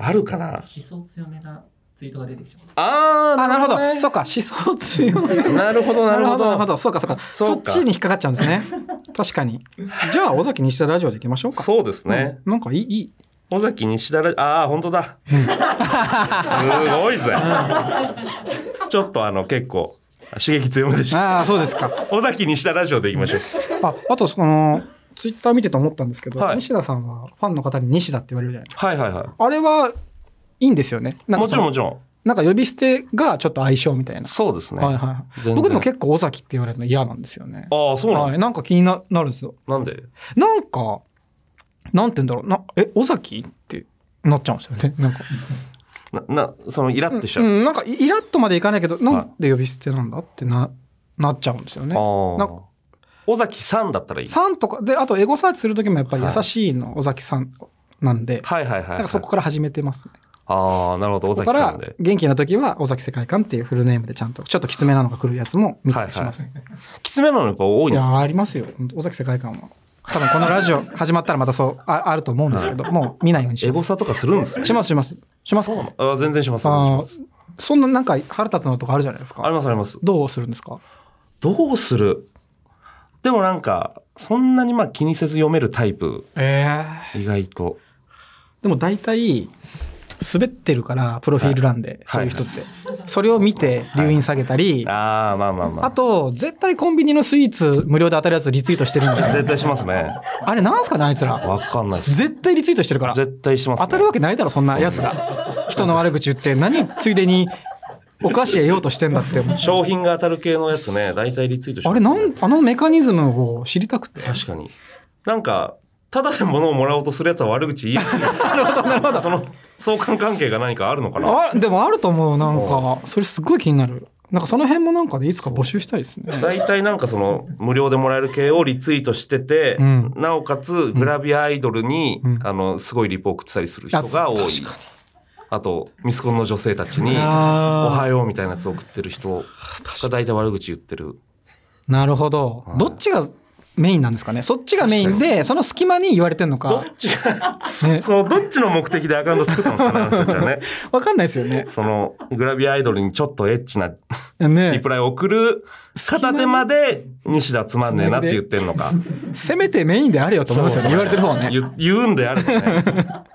あるかな思想強めなツイートが出てきちゃう。あーあ、なるほねど。そうか、思想強い。なるほど、ななるるほほど、など。るほど。そうか、そうか。そそうっかちに引っかかっちゃうんですね。確かに。じゃあ、尾崎西田ラジオでいきましょうか。そうですね。なんかいい、いい。尾崎西田ラジオ、ああ、本当だ。すごいぜ。ちょっとあの、結構、刺激強めでした。ああ、そうですか。尾崎西田ラジオでいきましょう。あ、あと、その、ツイッター見てて思ったんですけど、はい西田さんはファンの方に西田って言われるじゃないですか。はいはいはあれはいいんですよね。い。なんもかちそろんのもちろん。なんか呼び捨てがちょっと相性みたいな。そうですね。はいあは全い。然僕でも結構尾崎って言われるの嫌なんですよね。あ、そうなんではすい、なんか気にななるんですよ。か。なんでなんか、なんて言うんだろう。なえ、尾崎ってなっちゃうんですよね。なんか。な、 な、そのイラってしちゃうう。ん、なんかイイラッとまでいかないけど、なはんで呼び捨てなんだってな、なっちゃうんですよね。あなんあ。尾崎さんだったらいい。さんとか、で、あとエゴサーチするときもやっぱりはい優しいの、尾崎さんなんで、はいはいはいなはんいか。そこから始めてますね。ああ、なるほど。尾そこか崎さんらで。元気な時は尾崎世界観っていうフルネームでちゃんと、ちょっときつめなのが来るやつも見たりします。いきつめなのが多いんですかや、ありますよ。本当尾崎世界観は。多分このラジオ始まったらまたそう、ああると思うんですけど、もう見ないようにしエまゴす。サとかするんですね。しますします。しますかあー全然します。全然しあますーそんななんか腹立つのとかあるじゃないですありか。ますあります。どうするんですかどうするでもなんか、そんなにまあ気にせず読めるタイプ、ええ意外と。でも大体滑ってるからプロフィール欄で、そういう人って、それを見て留飲下げたり、ああ、まあまあまあと絶対コンビニのスイーツ無料で当たるやつリツイートしてるんであ。すよ絶対しますね。あれなんすかねあいつらわかんないっす。絶対リツイートしてるから絶対します、ね。当たるわけないだろそんなやつが人の悪口言って何ついでにお菓子得ようとしてんだって商品が当たる系のやつね、大体リツイートしあます、れね。なんあのメカニズムを知りたくて確かに。なんか、ただで物をもらおうとするやつは悪口言いやす い。なるほど、なるほど。その、相関関係が何かあるのかな。あでもあると思うなんかそれすごい気になるなんかその辺もなんかでいつか募集したいですね大体なんかその無料でもらえる系をリツイートしてて、うんなおかつグラビアアイドルに、うんあのすごいリポを送ってたりする人が多あいあとミスコンの女性たちに「おあーはよう」みたいなやつを送ってる人が大体悪口言ってるなるほど、はいどっちがメインなんですかねそっちがメインでその隙間に言われてんのどかっちがねそのどっちの目的でアカウント作ったのかなあの人たちは ねわかんないですよねそのグラビアアイドルにちょっとエッチなリねプライを送る片手まで西田つまんねえなって言ってん のかせめてメインであれよと思いますよね言われてる方はね言言うんであればね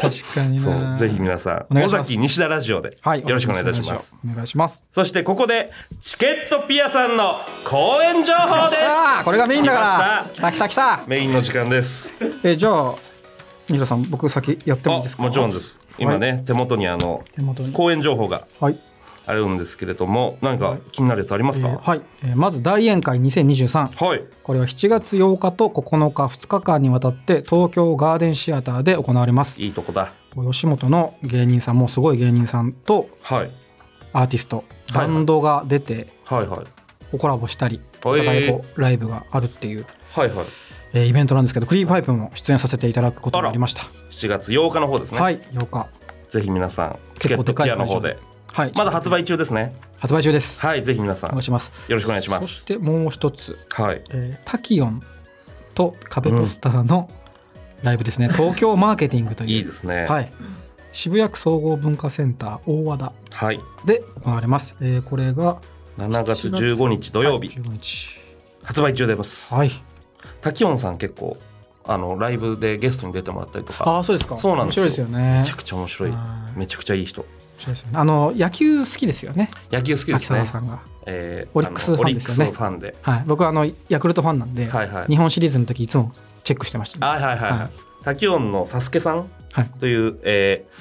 確かにそう、ぜひ皆さん、お願尾いします崎西田ラジオで、はいよろしくお願いいたします。お願いしますそしてここで、チケットピアさんの公演情報ですさあこれがメインだから来来た来た来たメインの時間です。えじゃあ西田さん僕先やってもいいですあかもちろんです。今ね、手元にあの、手元に公演情報がはいあるんですけれども、何か気になるやつありますえかーははいえーまず大宴会2023い。これは7月8日と9日2日間にわたって東京ガーデンシアターで行われますいいとこだ。吉本の芸人さんもうすごい芸人さんとはい。アーティストはバいンドが出てはいはい。コラボしたりへーお互いこうライブがあるっていう、はいはい。えーイベントなんですけどクリープハイプも出演させていただくことになりました、 7月8日の方ですね。はい8日ぜひ皆さん、チケ結ッ構トでかいピア会場の方で。はいまだ発売中ですね。発売中です、はい、ぜひ皆さお願ん、よいしますろしくお願いしまそしす。てもう一つ、はい。えータキオンと壁ポスターのライブ ですね、東京マーケティングといういいですね。はい、渋谷区総合文化センター大和田はい。で行われます、えーこれが7月15日土曜日、 15日発売中でございます。はい滝音さん結構あのライブでゲストに出てもらったりとかああそうですかそうなんですよ面白いですよねめちゃくちゃ面白いはいめちゃくちゃいい人面白いですよねあの野球好きですよね野球好きで秋す沢、ねさんが、えオリックスファンですよねあのオリックスのファンではい、僕はあのヤクルトファンなんで、はいはい日本シリーズの時いつもチェックしてました、あはいはいはい、はい滝音のサスケさんはいという、えー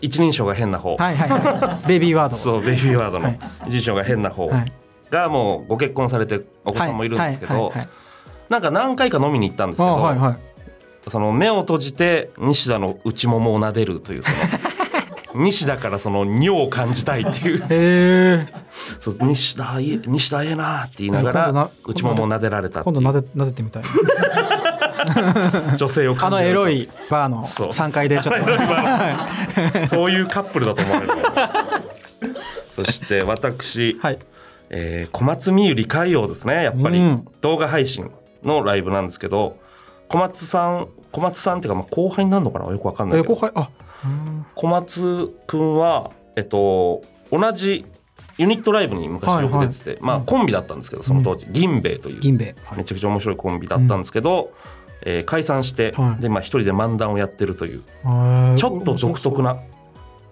一人称が変な方、はいはいはいベイビーワードそうベイビーワードのはい一人称が変な方はいがもうご結婚されてお子さんもいるんですけどなんか何回か飲みに行ったんですけあど、はいはいその目を閉じて西田の内ももを撫でるというその西田からその尿を感じたいっていうへえそう西田いい西田ええなって言いなが今度なら内ももを撫でられたってい今度うなで撫でてみたい女性をあ感のじられエたロ いバーのそう3階でちょっと そういうカップルだと思われるそして私、 はいえー小松美由里海洋ですねやっぱり、うん動画配信のライブなんですけど小松さん小松さんっていうかまあ後輩になるのかなよくわかんないえけど後輩あうん小松くんは、えっと、同じユニットライブに昔よく出てて、まあ、コンビだったんですけどその当時、銀兵衛という銀兵衛めちゃくちゃ面白いコンビだったんですけど、えー解散して、はいでまあ、一人で漫談をやってるというちょっと独特な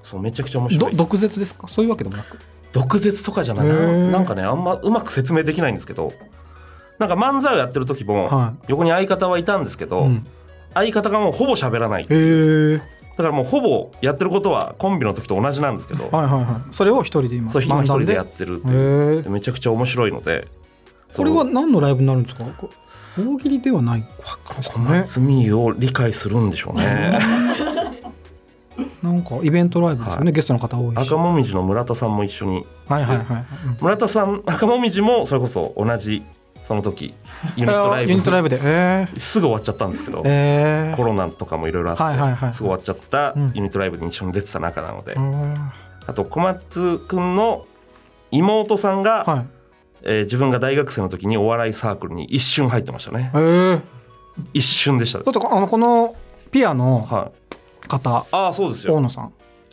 そうめちゃくちゃ面白どい毒舌ですかそういうわけでもなく毒舌とかじゃないへーなんかねあんまうまく説明できないんですけどなんか漫才をやってる時もは横に相方はいたんですけい。ど、うん、相方がもうほぼ喋らないだえー、からもうほぼやってることはコンビの時と同じなんですけど、はいはいはい。それを一人で今、そう今一人でやっってるってへいうーでめちゃくちゃ面白いのでこれは何のライブになるんですかこ大喜利ではない。小松美を理解するんでしょうね なんかイベントライブですよね、はゲストの方多いし。赤はもみじの村田さんも一緒にいはいはい。うん村田さん赤もみじもそれこそ同じその時ユニットライユニットブライブで。えすぐ終わっちゃったんですけー、どえーコロナとかもいろいろあって、はいはいはいすぐ終わっちゃったうんユニットライブに一緒に出てた仲なので、うんあと小松くんの妹さんが、はい。えー自分が大学生の時にお笑いサークルに一瞬入ってましたねえー、一瞬でしただってあのこのピアのはい方、ああそうです大よ野さん。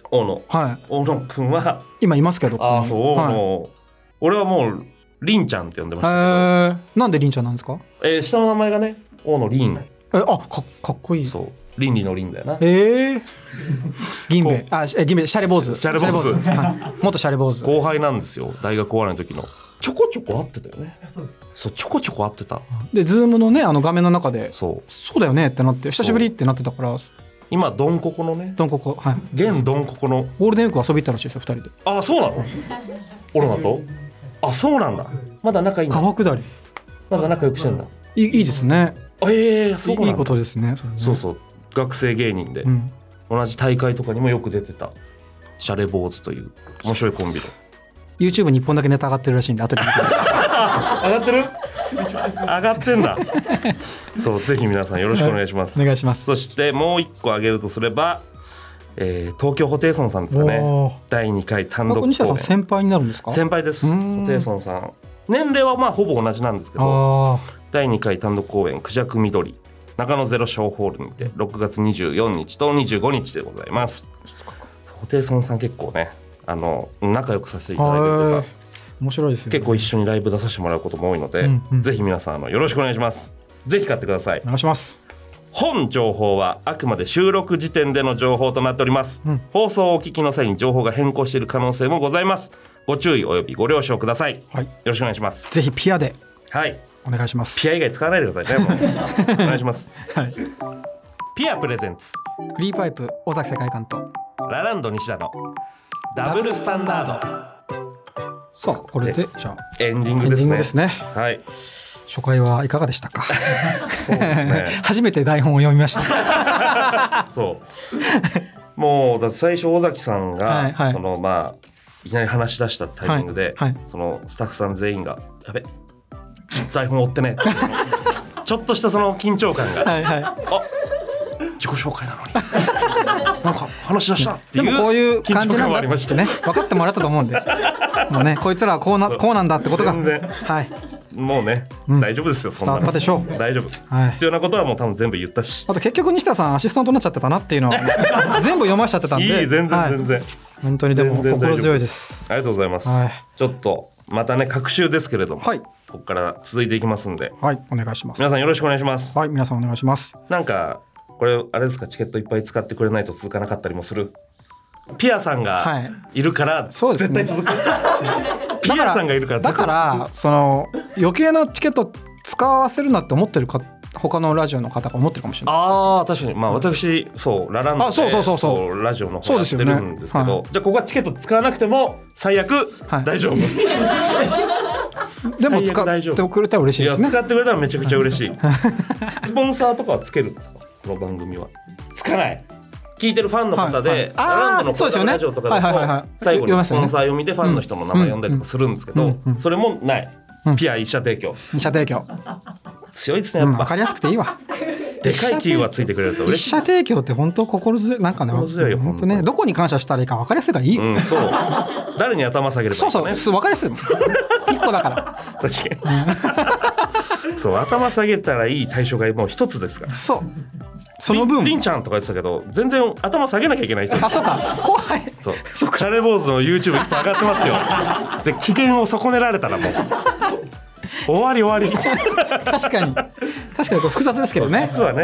大野はい。大野くんは今いますけど。ああそう、はいもう俺はもうりんちゃんって呼んでましたけえー、なんで凛ちゃんなんですかど、えー下の名前がね大野りんえあかかっこいい。そう倫理のりんだよなええー、 銀兵衛こあしえ銀兵衛シャレ坊主シャレ坊主はい、元シャレ坊主後輩なんですよ大学お笑いの時のちょこちょこ会ってたよねあそうです。そうちょこちょこ会ってたでズームのねあの画面の中でそうそうだよねってなって久しぶりってなってたから今ドンココのねどんここはい現ドンココのゴールデンウィーク遊び行ったらしいですよ二人でああそうなのオロナとあそうなんだまだ仲いいんだ川下りまだ仲良くしてんだいいいいですねあええそうなんいだいいことですねそれねそうそう学生芸人で、うん、同じ大会とかにもよく出てたシャレ坊主という面白いコンビで YouTube に1本だけネタ上がってるらしいんで後で見てください上がってる上がってんだそうぜひ皆さんよろしくお願いしますお願いしますそしてもう一個挙げるとすれば、えー東京ホテイソンさんですかねおー第2回単ま独あ公演西田さん先輩になるんですか先輩ですうーんホテイソンさん年齢はまあほぼ同じなんですけどああ第2回単独公演「クジャク緑」中野ゼロショーホールにて6月24日と25日でございますホテイソンさん結構ねあの仲良くさせていただいてるとはかい面白いですよ、ね、結構一緒にライブ出させてもらうことも多いので、うんうんぜひ皆さんあのよろしくお願いしますぜひ買ってくださいお願いします本情報はあくまで収録時点での情報となっております、うん放送をお聞きの際に情報が変更している可能性もございますご注意およびご了承くださいよはいろしくお願いしますぜひピアではいお願いしますピア以外使わないでくださいねも うお願いしますはいピアプレゼンツフリーパイプ尾崎世界観とラランド西田のダブルスタンダーさあこれでじゃあドエンディンエグンデですィンねグですねはい初回はいかがでしたかそうですね 初めて台本を読みましたそう もうだって最初尾崎さんが、はいはいそのまあいきなり話し出したタイミングで、はいはいそのスタッフさん全員が「やべ台本追ってね」 ってちょっとしたその緊張感がはいはいあ自己紹介なの になんか話し出したってでいうもこういう緊感張じな感んはだありまっしてたね分かってもらったと思うんでもうねこいつらはこうなこうなんだってことが全然はいもうね、うん大丈夫ですよそん伝わっなたでしょう大丈夫、はい必要なことはもう多分全部言ったしあと結局西田さんアシスタントになっちゃってたなっていうのはね、 全部読ましちゃってたんいでい全然はい全然、本当にでも全然大丈夫心強いですありがとうございます、はいちょっとまたね隔週ですけれども、はいここから続いていきますんではいお願いします皆さんよろしくお願いしますはい皆さんお願いしますなんかこれあれですかチケットいっぱい使ってくれないと続かなかったりもするピアさんはがいいるからそうです絶ね対続く、 ピアさんがいるからだ絶対か続くらその余計なチケット使わせるなって思ってるか他のラジオの方が思ってるかもしれないああ確かにまあ私そうラランドであそうそうそうそうラジオの方そうやでっすてよねるんですけどはいじゃあここはチケット使わなくても最悪、はい大丈夫でも最悪使大丈夫ってくれたら嬉しいいでやすね使ってくれたらめちゃくちゃ嬉 しいスポンサーとかはつけるんですかこの番組はつかない聞いてるファンの方で、はいはいあーラランドのそうで方すのよねラジオとかはでいはいはいはもい最読後みにまスすよポねンサー読みでファンの人の名前読んだりとかするんですけど、うんうんうんそれもない、うんピア医者提供社提供強いですねうやんっぱ分、かりやすくていいわでかい企業がついてくれると一嬉しい社提供って本当心強いなんかね心強いよ本当ね本当どこに感謝したらいいか分かりやすいからいい、うん そう誰に頭下げればいいそうかそうねす分かりやすいもん一個だから確かにそう頭下げたらいい対象がもう一つですからそうその分りんちゃんとか言ってたけど全然頭下げなきゃいけない人あそうか後輩そうそっかシャレ坊主の YouTube いっぱい上がって ますよで機嫌を損ねられたらもう終わり終わり確かに確かにこう複雑ですけどね実はね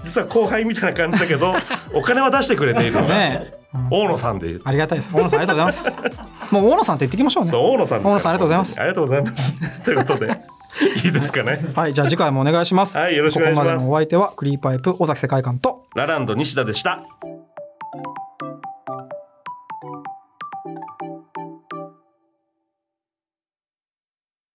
うん実は後輩みたいな感じだけどお金は出してくれているのがねえ大野さんでいうありがたいです大野さんありがとうございますもう大野さんって言ってきましょうねそう大野さんですから大野さんありがとうございますありがとうございますということでいいですかね。はい、じゃあ次回もお願いします。はいよろしくお願いしますここまでのお相手はクリーパイプ尾崎世界観とラランド西田でした。